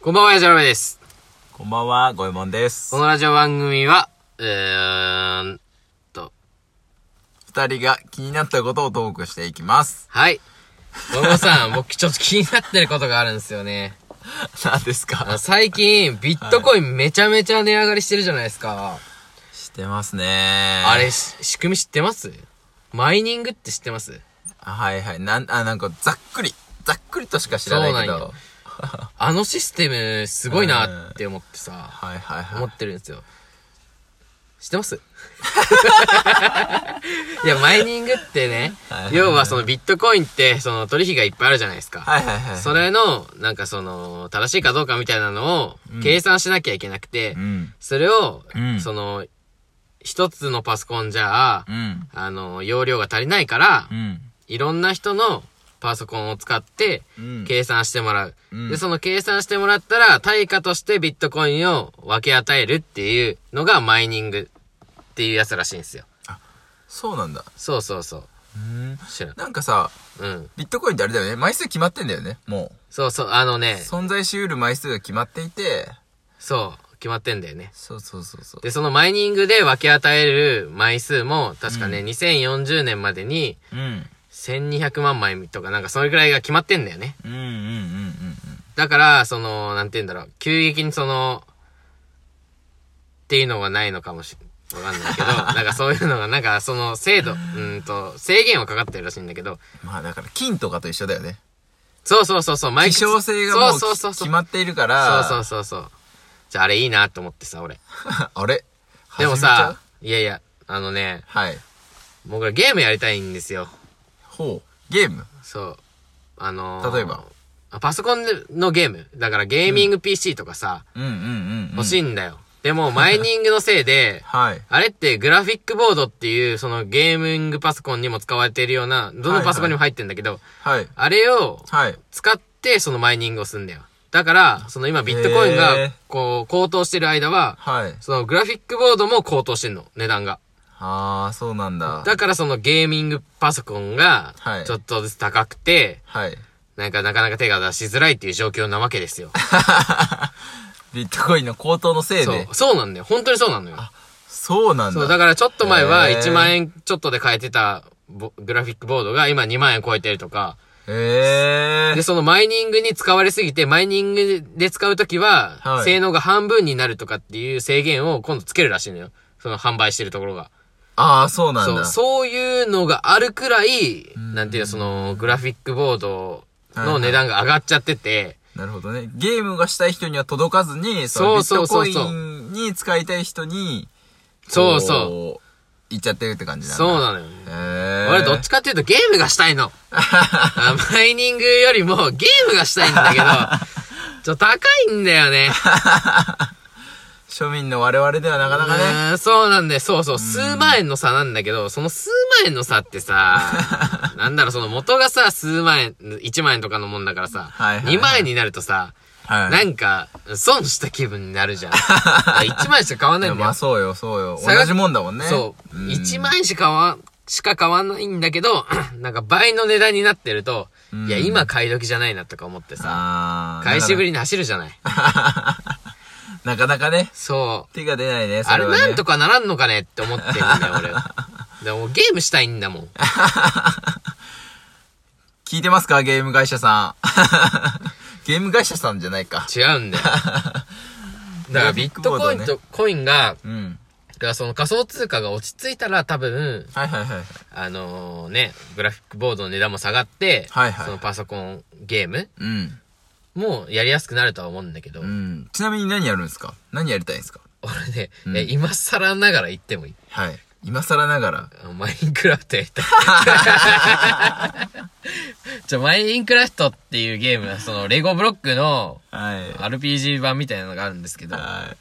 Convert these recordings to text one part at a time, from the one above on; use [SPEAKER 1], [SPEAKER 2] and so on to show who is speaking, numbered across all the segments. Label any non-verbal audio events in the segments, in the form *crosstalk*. [SPEAKER 1] こんばんは、やじろべです。
[SPEAKER 2] こんばんは、ごえもんです
[SPEAKER 1] こ。のラジオ番組は、うーんと、
[SPEAKER 2] 二人が気になったことをトークしていきます。 *laughs*
[SPEAKER 1] はい。ごめんさん、僕ちょっと気になってることがあるんですよね。
[SPEAKER 2] 何です
[SPEAKER 1] あの
[SPEAKER 2] か
[SPEAKER 1] 最近、ビットコインめちゃめちゃ値上がりしてるじゃないですか。
[SPEAKER 2] してますね
[SPEAKER 1] あれ、し仕組み知ってますマイニングって知ってます
[SPEAKER 2] はいはい。なん、あ、なんか、ざっくり。ざっくりとしか知らないけ
[SPEAKER 1] そうなん
[SPEAKER 2] ど
[SPEAKER 1] よ。あのシステム、すごいなって思ってさ、
[SPEAKER 2] はいはいはい
[SPEAKER 1] 思。ってるんですよ。知ってます
[SPEAKER 2] *laughs*
[SPEAKER 1] いや、マイニングってね
[SPEAKER 2] はいは、い
[SPEAKER 1] 要はそのビットコインって、その取引がいっぱいあるじゃないですか。
[SPEAKER 2] はいはいはい。
[SPEAKER 1] *laughs* そ。れの、なんかその、正しいかどうかみたいなのを、計算しなきゃいけなくて、
[SPEAKER 2] うん。
[SPEAKER 1] それを、
[SPEAKER 2] うん
[SPEAKER 1] その、一つのパソコンじゃあ、
[SPEAKER 2] うん。
[SPEAKER 1] あの、容量が足りないから
[SPEAKER 2] う、ん。
[SPEAKER 1] いろんな人のパソコンを使って
[SPEAKER 2] うん、
[SPEAKER 1] 計算してもらう。
[SPEAKER 2] うん
[SPEAKER 1] で、その計算してもらったら、対価としてビットコインを分け与えるっていうのがマイニングっていうやつらしいんですよ。
[SPEAKER 2] そうなんだ。
[SPEAKER 1] そうそうそう。
[SPEAKER 2] うん。
[SPEAKER 1] 知らん。
[SPEAKER 2] なんかさ、
[SPEAKER 1] うん。
[SPEAKER 2] ビットコインってあれだよね。枚数決まってんだよね。も
[SPEAKER 1] そうそう、あのね
[SPEAKER 2] う。、存在しうる枚数が決まっていて、
[SPEAKER 1] そう、決まってんだよね。
[SPEAKER 2] そうそうそうそう。
[SPEAKER 1] で、そのマイニングで分け与える枚数も、確かね、2040年までに
[SPEAKER 2] うん。
[SPEAKER 1] 1200万枚とか、なんかそれくらいが決まってんだよね。
[SPEAKER 2] うんうんうんうん
[SPEAKER 1] だから、その、なんて言うんだろう、急激にその、っていうのがないのかもしれわかん
[SPEAKER 2] *laughs*
[SPEAKER 1] ないけど、なんかそういうのが、なんかその制度、うーんと、制限はかかってるらしいんだけど、
[SPEAKER 2] うん。まあだから、金とかと一緒だよね。
[SPEAKER 1] そうそうそうそう、毎
[SPEAKER 2] 希少性がもう
[SPEAKER 1] そうそうそう
[SPEAKER 2] 決
[SPEAKER 1] そう。
[SPEAKER 2] まっているか
[SPEAKER 1] そう
[SPEAKER 2] ら、
[SPEAKER 1] そうそうそう。じゃあ、あれいいなと思ってさ、俺。
[SPEAKER 2] あれ
[SPEAKER 1] でも
[SPEAKER 2] 始めちゃう
[SPEAKER 1] さ、いやいや、あのね、
[SPEAKER 2] はい。
[SPEAKER 1] 僕らゲームやりたいんですよ。
[SPEAKER 2] ほう。ゲーム
[SPEAKER 1] そう。あのー
[SPEAKER 2] 例えば
[SPEAKER 1] あパソコンのゲーム。だからゲーミング PC とかさ、
[SPEAKER 2] うんうんうん、
[SPEAKER 1] 欲
[SPEAKER 2] い。、
[SPEAKER 1] しいんだよ。でも、マイニングのせいで
[SPEAKER 2] *laughs* はい。
[SPEAKER 1] あれってグラフィックボードっていう、そのゲーミングパソコンにも使われているような、どのパソコンにも入ってんだけど、
[SPEAKER 2] はい。
[SPEAKER 1] あれを
[SPEAKER 2] はい。
[SPEAKER 1] 使ってそのマイニングをすんだよ。だから、その今ビットコイン
[SPEAKER 2] へ
[SPEAKER 1] が
[SPEAKER 2] ー、
[SPEAKER 1] こう、高騰してる間は、
[SPEAKER 2] はい。
[SPEAKER 1] そのグラフィックボードも高騰してんの、値段が。
[SPEAKER 2] ああ、そうなんだ。
[SPEAKER 1] だからそのゲーミングパソコンが
[SPEAKER 2] は、い
[SPEAKER 1] ちょっとずつ高くて、
[SPEAKER 2] はい。
[SPEAKER 1] なんかなかなか手が出しづらいっていう状況なわけ
[SPEAKER 2] *laughs*
[SPEAKER 1] ですよ。
[SPEAKER 2] ビットコインの高騰のせい
[SPEAKER 1] そ
[SPEAKER 2] で
[SPEAKER 1] う。。そうなんだよ。本当にそうなのよ。
[SPEAKER 2] そうなんだ。
[SPEAKER 1] そう、だからちょっと前は
[SPEAKER 2] へー
[SPEAKER 1] 1万円ちょっとで買えてたボグラフィックボードが今2万円超えてるとか。
[SPEAKER 2] ええ
[SPEAKER 1] で、そのマイニングに使われすぎて、マイニングで使うときは
[SPEAKER 2] は、い
[SPEAKER 1] 性能が半分になるとかっていう制限を今度つけるらしいのよ。その販売してるところが。
[SPEAKER 2] ああ、そうなん
[SPEAKER 1] そう、
[SPEAKER 2] だ。
[SPEAKER 1] そういうのがあるくらい、なんていうのその、グラフィックボードの値段が上がっちゃってて、
[SPEAKER 2] なるほどね。ゲームがしたい人には届かずに、そのビッ
[SPEAKER 1] そう
[SPEAKER 2] ト
[SPEAKER 1] そうそ
[SPEAKER 2] コ
[SPEAKER 1] う
[SPEAKER 2] イ
[SPEAKER 1] そう
[SPEAKER 2] ンに使いたい人に、。
[SPEAKER 1] そうそう
[SPEAKER 2] 行っちゃってるって感じなんだ。
[SPEAKER 1] そうなのよ。
[SPEAKER 2] ええ
[SPEAKER 1] 俺どっちかっていうとゲームがしたい
[SPEAKER 2] *laughs*
[SPEAKER 1] の。あマイニングよりもゲームがしたいんだ
[SPEAKER 2] *laughs*
[SPEAKER 1] けど、ちょっと高いんだよね。
[SPEAKER 2] 庶民の我々ではなかなかね。
[SPEAKER 1] うーんそうなんだよ。そうそう。数万円の差なんだけど、その数万円の差って
[SPEAKER 2] *laughs*
[SPEAKER 1] さ、なんだろう、その元がさ、数万円、1万円とかのもんだからさ、
[SPEAKER 2] はいはいはい
[SPEAKER 1] 2万円になるとさ、
[SPEAKER 2] はい。
[SPEAKER 1] なんか、損した気分になる
[SPEAKER 2] *laughs*
[SPEAKER 1] じゃん。1万円しか買わないい
[SPEAKER 2] や
[SPEAKER 1] んだよ
[SPEAKER 2] まあ。そうよ、そうよ。
[SPEAKER 1] 差が
[SPEAKER 2] 同じもんだもんね。
[SPEAKER 1] そう。
[SPEAKER 2] ん
[SPEAKER 1] 1万円しかわ、しか買わないんだけど、 *clears throat* なんか倍の値段になってると、いや、今買い時じゃないなとか思ってさ、
[SPEAKER 2] あー
[SPEAKER 1] 返しぶりに走るじゃ
[SPEAKER 2] *laughs*
[SPEAKER 1] ない。
[SPEAKER 2] なかなかね、
[SPEAKER 1] そう。
[SPEAKER 2] 手が出ないね、そ
[SPEAKER 1] あ
[SPEAKER 2] れ
[SPEAKER 1] れ
[SPEAKER 2] は、ね。
[SPEAKER 1] なんとかならんのかねって思ってんだよ、俺
[SPEAKER 2] *laughs*
[SPEAKER 1] は。でもゲームしたいんだもん。
[SPEAKER 2] 聞いてますかゲーム会社さん。 *laughs* ゲーム会社さんじゃないか。
[SPEAKER 1] 違うん
[SPEAKER 2] *laughs*
[SPEAKER 1] だよ。だからビットコインとコインが、
[SPEAKER 2] うん。
[SPEAKER 1] だからその仮想通貨が落ち着いたら多分、
[SPEAKER 2] はいはいはい。
[SPEAKER 1] あのね、グラフィックボードの値段も下がって、
[SPEAKER 2] はいはい
[SPEAKER 1] そのパソコンゲーム
[SPEAKER 2] うん。
[SPEAKER 1] もやりやすくなるとは思うんだけど、
[SPEAKER 2] うん。ちなみに何やるんですか何やりたいんですか
[SPEAKER 1] 俺ね、え今更ながら言ってもいい
[SPEAKER 2] はい。今更ながら。
[SPEAKER 1] あのマインクラフトや
[SPEAKER 2] *laughs*
[SPEAKER 1] りたい。じゃ、マインクラフトっていうゲームは、その、レゴブロックの
[SPEAKER 2] はい。
[SPEAKER 1] RPG 版みたいなのがあるんですけど、あ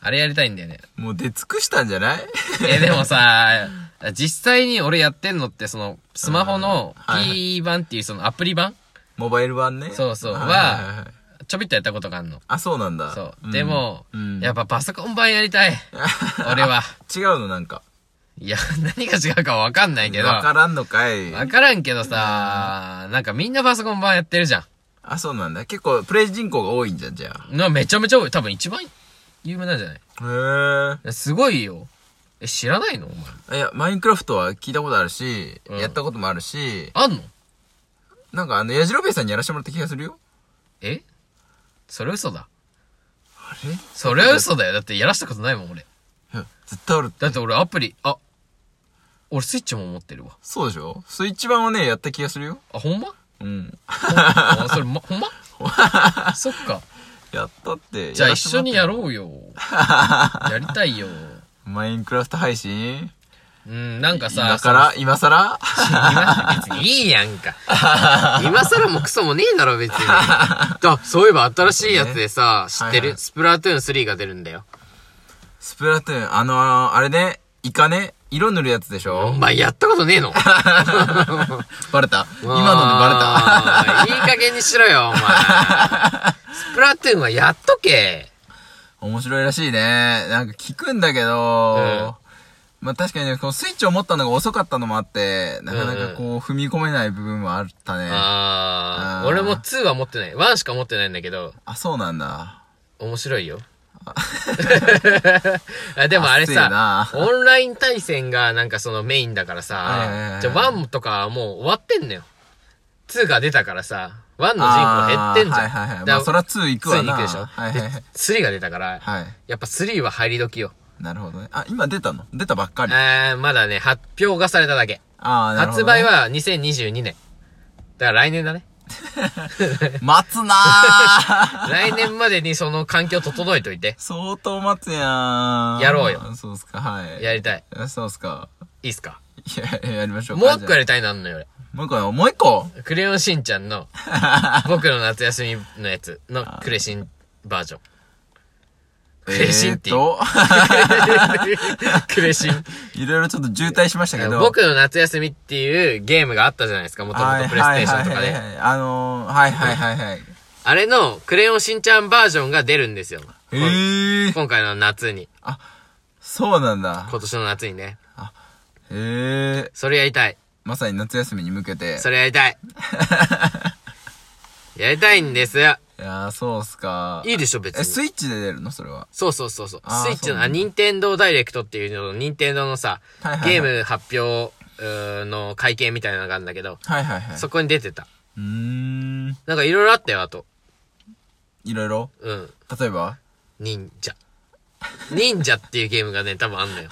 [SPEAKER 2] は
[SPEAKER 1] れやりたいんだよね。
[SPEAKER 2] い。もう出尽くしたんじゃない *laughs*
[SPEAKER 1] え、でもさ、実際に俺やってんのって、その、スマホの
[SPEAKER 2] うんはい
[SPEAKER 1] P 版っていうそのアプリ版
[SPEAKER 2] モバイル版ね。
[SPEAKER 1] そうそう
[SPEAKER 2] はいはいはいはい
[SPEAKER 1] ちょびっとやったことがあるの。
[SPEAKER 2] あ、そうなんだ。
[SPEAKER 1] そう。
[SPEAKER 2] ん
[SPEAKER 1] でも
[SPEAKER 2] う、ん。
[SPEAKER 1] やっぱパソコン版やりたい。俺は。
[SPEAKER 2] *laughs* 違うのなんか。
[SPEAKER 1] いや、何が違うかわかんないけど。
[SPEAKER 2] わからんのかい。
[SPEAKER 1] わからんけどさ、なんかみんなパソコン版やってるじゃん。
[SPEAKER 2] あ、そうなんだ。結構、プレイ人口が多いんじゃん、じゃ
[SPEAKER 1] な、めちゃめちゃ多い。多分一番有名なんじゃない
[SPEAKER 2] あ。へ
[SPEAKER 1] いやすごいよ。え、知らないのお前。
[SPEAKER 2] え。いや、マインクラフトは聞いたことあるし、
[SPEAKER 1] うん
[SPEAKER 2] やったこともあるし、
[SPEAKER 1] あんの
[SPEAKER 2] なんかあの、矢印さんにやらせてもらった気がするよ。
[SPEAKER 1] えそれ嘘だ。
[SPEAKER 2] あれい
[SPEAKER 1] それは嘘だよ。だってやらしたことないもん、俺。
[SPEAKER 2] や、絶対あるって。
[SPEAKER 1] だって俺アプリ、あ、俺スイッチも持ってるわ。
[SPEAKER 2] そうでしょスイッチ版はね、やった気がするよ。
[SPEAKER 1] あ、ほんま
[SPEAKER 2] うん。
[SPEAKER 1] あ、それ、ま、ほんま
[SPEAKER 2] *laughs*
[SPEAKER 1] そっか。
[SPEAKER 2] やったって。
[SPEAKER 1] じゃあ
[SPEAKER 2] やら
[SPEAKER 1] 一
[SPEAKER 2] せて
[SPEAKER 1] 緒
[SPEAKER 2] も
[SPEAKER 1] に
[SPEAKER 2] らっ
[SPEAKER 1] やろう
[SPEAKER 2] *laughs*
[SPEAKER 1] よ。やりたいよ。
[SPEAKER 2] たマインクラフト配信
[SPEAKER 1] うん、なんかさ、
[SPEAKER 2] 今から今更
[SPEAKER 1] その別にいいやんか。今更もクソもねえだろ、別に。だそういえば新しいやつでさ、知って
[SPEAKER 2] はいは
[SPEAKER 1] る
[SPEAKER 2] い
[SPEAKER 1] スプラトゥーン3が出るんだよ。
[SPEAKER 2] スプラトゥーン、あのあの、あれね、イカね、色塗るやつでし
[SPEAKER 1] お
[SPEAKER 2] ょ
[SPEAKER 1] 前やったこと
[SPEAKER 2] *laughs*
[SPEAKER 1] ねえの
[SPEAKER 2] バレた今のでバレた。 *laughs*
[SPEAKER 1] レた。いい加減にしろよ、お前。スプラトゥーンはやっとけ。
[SPEAKER 2] 面白いらしいね。なんか聞くんだけど、
[SPEAKER 1] うん
[SPEAKER 2] まあ確かにね、このスイッチを持ったのが遅かったのもあって、なかなかこう踏み込めない部分もあったね。あ
[SPEAKER 1] あ
[SPEAKER 2] あ
[SPEAKER 1] ー
[SPEAKER 2] ー
[SPEAKER 1] 俺も2は持ってない。1しか持ってないんだけど、
[SPEAKER 2] そうなんだ。
[SPEAKER 1] 面白
[SPEAKER 2] *laughs*
[SPEAKER 1] いよ。あでもあれ
[SPEAKER 2] 熱いな
[SPEAKER 1] さ、 *laughs* オンライン対戦がなんかそのメインだから
[SPEAKER 2] はいはいは
[SPEAKER 1] さ
[SPEAKER 2] い、
[SPEAKER 1] じゃあ1とかはもう終わってんのよ。2が出たからさ、1の人口減ってんじゃん。
[SPEAKER 2] あーはいはいはい。
[SPEAKER 1] だ
[SPEAKER 2] まあ
[SPEAKER 1] か
[SPEAKER 2] そ
[SPEAKER 1] ら
[SPEAKER 2] ら2行くわ
[SPEAKER 1] 2に
[SPEAKER 2] な。
[SPEAKER 1] 行くでしょ。
[SPEAKER 2] はいはいはい。
[SPEAKER 1] で3が出たから、
[SPEAKER 2] はい。
[SPEAKER 1] やっぱ3は入り時よ。
[SPEAKER 2] なるほどね。あ、今出たの出たばっかり。あ
[SPEAKER 1] えー、まだね、発表がされただけ。
[SPEAKER 2] あー、なるほ
[SPEAKER 1] 発
[SPEAKER 2] ど、ね。
[SPEAKER 1] 売。は2022年。だから来年だ
[SPEAKER 2] *laughs*
[SPEAKER 1] ね。
[SPEAKER 2] 待つな
[SPEAKER 1] *laughs*
[SPEAKER 2] ー
[SPEAKER 1] 来年までにその環境整えといて。
[SPEAKER 2] 相当待つやん。
[SPEAKER 1] やろうよ。
[SPEAKER 2] そうっすか、はい。
[SPEAKER 1] やりたい。
[SPEAKER 2] そうっすか。
[SPEAKER 1] いいっすか
[SPEAKER 2] いや、やりましょう
[SPEAKER 1] もう一個や
[SPEAKER 2] り。
[SPEAKER 1] りたいなんのよ、
[SPEAKER 2] もう一個、もう一個
[SPEAKER 1] 俺。クレヨンしんちゃん
[SPEAKER 2] *laughs*
[SPEAKER 1] の、僕の夏休みのやつのクレシンバージョン。クレシンって
[SPEAKER 2] え
[SPEAKER 1] いう
[SPEAKER 2] ーっと *laughs*
[SPEAKER 1] クレシン。
[SPEAKER 2] いろいろちょっと渋滞しましたけど。
[SPEAKER 1] 僕の夏休みっていうゲームがあったじゃないですか、もとも
[SPEAKER 2] はい
[SPEAKER 1] とプレイステーションとか
[SPEAKER 2] はいはい
[SPEAKER 1] で。
[SPEAKER 2] はいはいあのー、はいはいはいはい。
[SPEAKER 1] あれのクレヨンしんちゃんバージョンが出るん
[SPEAKER 2] *laughs*
[SPEAKER 1] ですよ。
[SPEAKER 2] えー、
[SPEAKER 1] 今回の夏に。
[SPEAKER 2] そうなんだ。
[SPEAKER 1] 今年の夏にね。
[SPEAKER 2] えー、
[SPEAKER 1] それやりたい。
[SPEAKER 2] まさに夏休みに向けて。
[SPEAKER 1] それやり
[SPEAKER 2] *laughs*
[SPEAKER 1] たい。やりたいんです。い
[SPEAKER 2] いやー、そうっすか。
[SPEAKER 1] いでしょ、別
[SPEAKER 2] え、ス
[SPEAKER 1] に。
[SPEAKER 2] イッチで出るのそれは。
[SPEAKER 1] そうそうそうそう。
[SPEAKER 2] あー
[SPEAKER 1] スイッチ
[SPEAKER 2] そう
[SPEAKER 1] の、
[SPEAKER 2] な
[SPEAKER 1] あ、
[SPEAKER 2] んだ
[SPEAKER 1] ニンテンドーダイレクトっていうの、ニンテンドーのさ
[SPEAKER 2] はいはい、はい
[SPEAKER 1] ゲーム発表うーの会見みたいなのがあるんだけど、
[SPEAKER 2] はいはいはい。
[SPEAKER 1] そこに出てた。
[SPEAKER 2] うーん。
[SPEAKER 1] なんかいろいろあったよ、あと。
[SPEAKER 2] いろいろ
[SPEAKER 1] うん。
[SPEAKER 2] 例えば
[SPEAKER 1] 忍者。忍者っていうゲームがね、多分あんのよ。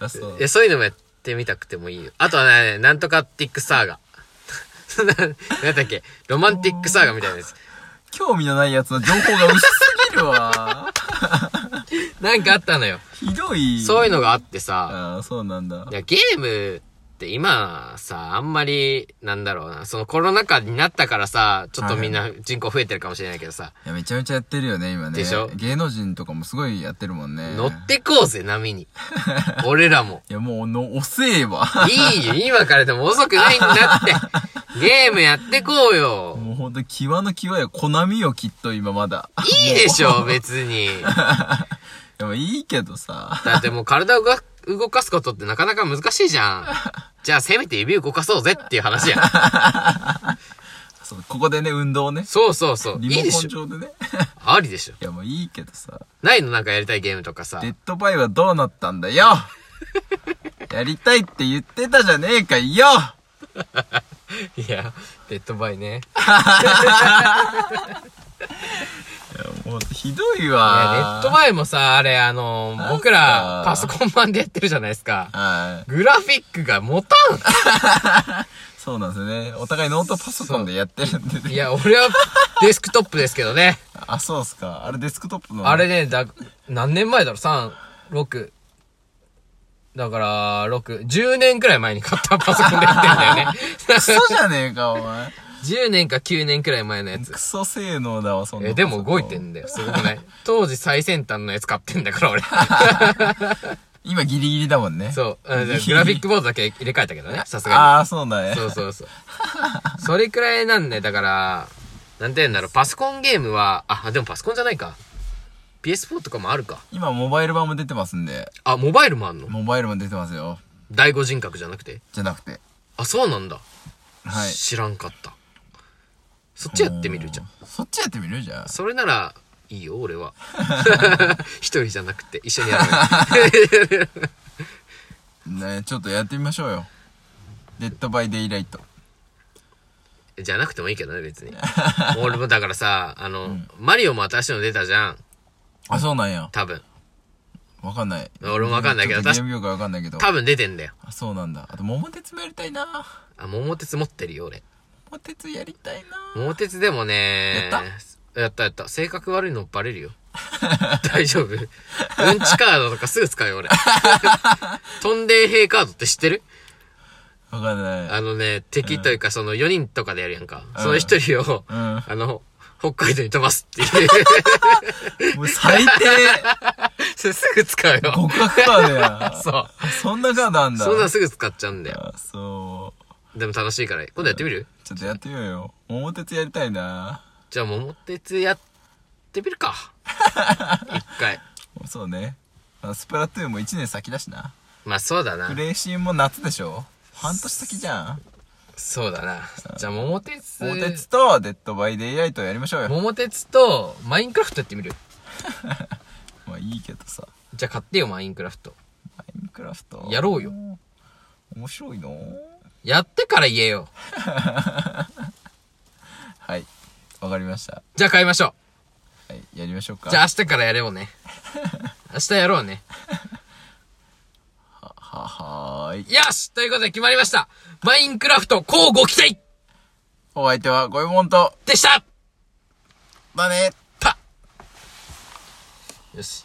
[SPEAKER 2] ラスト
[SPEAKER 1] い。や、そういうのもやってみたくてもいいよ。あとはね、なんとかティックサーガ。 *laughs* な、なんだっけ、ロマンティックサーガみたいなやつ。
[SPEAKER 2] 興味のないやつの情報が薄すぎ
[SPEAKER 1] *laughs*
[SPEAKER 2] るわ。
[SPEAKER 1] なんかあったのよ。
[SPEAKER 2] ひどい。
[SPEAKER 1] そういう
[SPEAKER 2] の。
[SPEAKER 1] のがあってさ、
[SPEAKER 2] ああ、そうなんだ
[SPEAKER 1] い。や、ゲームって今さ、あんまり、なんだろうな、そのコロナ禍になったからさ、ちょっとみんな人口増えてるかもしれないけどさ、
[SPEAKER 2] いや、めちゃめちゃやってるよね、今ね。
[SPEAKER 1] でしょ
[SPEAKER 2] 芸能人とかもすごいやってるもんね。
[SPEAKER 1] 乗ってこうぜ、波に。俺らも。
[SPEAKER 2] いや、もう、の、遅えわ。
[SPEAKER 1] いいよ、今からでも遅くないんだって。ゲームやってこうよ。
[SPEAKER 2] もうほんと、際の際よ。コナミよ、きっと、今まだ。 *laughs*
[SPEAKER 1] いいでしょ、別に。
[SPEAKER 2] でもいいけどさ。
[SPEAKER 1] だってもう体をが動かすことってなかなか難しいじゃん。じゃあせめて指動かそうぜっていう話や。
[SPEAKER 2] そう、ここでね、運動ね。
[SPEAKER 1] そうそうそう。
[SPEAKER 2] リ
[SPEAKER 1] いいで
[SPEAKER 2] モコ
[SPEAKER 1] し
[SPEAKER 2] ン
[SPEAKER 1] ょ。
[SPEAKER 2] 上でね。 *laughs*
[SPEAKER 1] ありでしょ。
[SPEAKER 2] いや、もういいけどさ。
[SPEAKER 1] ないのなんかやりたいゲームとかさ
[SPEAKER 2] デ。ッドバイはどうなったんだよ *laughs* やりたいって言ってたじゃねえかよ
[SPEAKER 1] いや、デッドバイね。
[SPEAKER 2] もう、ひどい
[SPEAKER 1] いや
[SPEAKER 2] わ。
[SPEAKER 1] ネット前もさ、あれ、あの
[SPEAKER 2] なん、すか
[SPEAKER 1] 僕ら、パソコン版でやってるじゃないですか。
[SPEAKER 2] はい。
[SPEAKER 1] グラフィックが持た
[SPEAKER 2] そうなんですよね。お互いノートパソコンでやってるんで
[SPEAKER 1] ん
[SPEAKER 2] ね。
[SPEAKER 1] いや、俺は、デスクトップですけどね。
[SPEAKER 2] あ、そうっすか。あれデスクトップの。
[SPEAKER 1] あれね、だ、何年前だろ ?3、6。だから、6、10年くらい前に買ったパソコンでやってんだよね。
[SPEAKER 2] クソじゃねえか、お前。
[SPEAKER 1] 10年か9年くらい前のやつ。
[SPEAKER 2] クソ性能だわ、そんな。
[SPEAKER 1] え、でも動いてんだよ。すごくない当時最先端のやつ買ってんだから、俺。
[SPEAKER 2] 今ギリギリだもんね。
[SPEAKER 1] そう。あ
[SPEAKER 2] *laughs*
[SPEAKER 1] のグラフィックボードだけ入れ替えたけどね、さすがに。
[SPEAKER 2] ああ、そうだね。
[SPEAKER 1] そうそうそう。それくらいなんで、だから、なんて言うんだろう、パソコンゲームは、あ、でもパソコンじゃないか。PS4 とかもあるか。
[SPEAKER 2] 今、モバイル版も出てますんで、
[SPEAKER 1] あ、モバイルもあんの
[SPEAKER 2] モバイルも出てますよ。
[SPEAKER 1] 第五人格じゃなくて。
[SPEAKER 2] じゃなくて。
[SPEAKER 1] あ、そうなんだ。
[SPEAKER 2] はい
[SPEAKER 1] 知らんかった。そっちやってみるじゃん。
[SPEAKER 2] ん。そっちやってみるじゃん。
[SPEAKER 1] それなら、いいよ、俺
[SPEAKER 2] *laughs*
[SPEAKER 1] は。一人じゃなくて、一緒にやろう。
[SPEAKER 2] *laughs* ね、ちょっとやってみましょうよ。デッドバイデイライト。
[SPEAKER 1] じゃなくてもいいけどね、
[SPEAKER 2] *laughs*
[SPEAKER 1] 別に。俺もだからさ、あの、マリオも新しいの出たじゃん。
[SPEAKER 2] あ、そうなんや。
[SPEAKER 1] 多分。
[SPEAKER 2] わかんない。
[SPEAKER 1] 俺もわかんないけど
[SPEAKER 2] ちょっとゲーム用語わかんないけど。
[SPEAKER 1] 多分出てんだよ。
[SPEAKER 2] あ、そうなんだ。あと、桃鉄もやりたいな。
[SPEAKER 1] あ、桃鉄持ってるよ、俺。
[SPEAKER 2] 桃鉄やりたいな。
[SPEAKER 1] 桃鉄でもね
[SPEAKER 2] やっ
[SPEAKER 1] やったやった。性格悪いのバレ
[SPEAKER 2] *laughs*
[SPEAKER 1] るよ。大丈夫。うんちカードとかすぐ使うよ、
[SPEAKER 2] *laughs*
[SPEAKER 1] 俺。飛んで兵カードって知ってる
[SPEAKER 2] わかんない。
[SPEAKER 1] あのね、敵というか、その4人とかでやるやんか。その1人を、
[SPEAKER 2] う
[SPEAKER 1] あ
[SPEAKER 2] ん。
[SPEAKER 1] の、北海道に飛ばすって
[SPEAKER 2] *laughs*
[SPEAKER 1] いう。
[SPEAKER 2] もう
[SPEAKER 1] *laughs*
[SPEAKER 2] 最低
[SPEAKER 1] それすぐ使うよ。
[SPEAKER 2] 極悪カード
[SPEAKER 1] *laughs*
[SPEAKER 2] や。
[SPEAKER 1] そう。
[SPEAKER 2] そんなカードあんだ。
[SPEAKER 1] そんなんすぐ使っちゃうんだよ。
[SPEAKER 2] あそう。
[SPEAKER 1] でも楽しいから、今度やってみる
[SPEAKER 2] ちょっとやってみようよ。桃鉄やりたいな。
[SPEAKER 1] じゃあ、桃鉄やってみる
[SPEAKER 2] *laughs*
[SPEAKER 1] か。一回。
[SPEAKER 2] そうね。あスプラトゥーンも1年先だしな。
[SPEAKER 1] まあ、そうだな
[SPEAKER 2] ク。レイシーンも夏でしょ半年先じゃん。
[SPEAKER 1] そうだな。じゃあ、桃鉄。
[SPEAKER 2] 桃鉄とデッドバイデイライトやりましょうよ。
[SPEAKER 1] 桃鉄と、マインクラフトやってみる
[SPEAKER 2] まあいいけどさ。
[SPEAKER 1] じゃあ、買ってよ、マインクラフト。
[SPEAKER 2] マインクラフト。
[SPEAKER 1] やろうよ。
[SPEAKER 2] 面白いの
[SPEAKER 1] やってから言えよ。
[SPEAKER 2] はい。わかりました。
[SPEAKER 1] じゃあ、買いましょ
[SPEAKER 2] はい。やりましょう
[SPEAKER 1] う。
[SPEAKER 2] か。
[SPEAKER 1] じゃあ、明日からやれよう
[SPEAKER 2] *laughs*
[SPEAKER 1] ね。明日やろうね。
[SPEAKER 2] は、はーい。
[SPEAKER 1] よしということで決まりましたマインクラフト、こうご期待
[SPEAKER 2] お相手はゴエモンと、
[SPEAKER 1] でした
[SPEAKER 2] だね
[SPEAKER 1] たよし。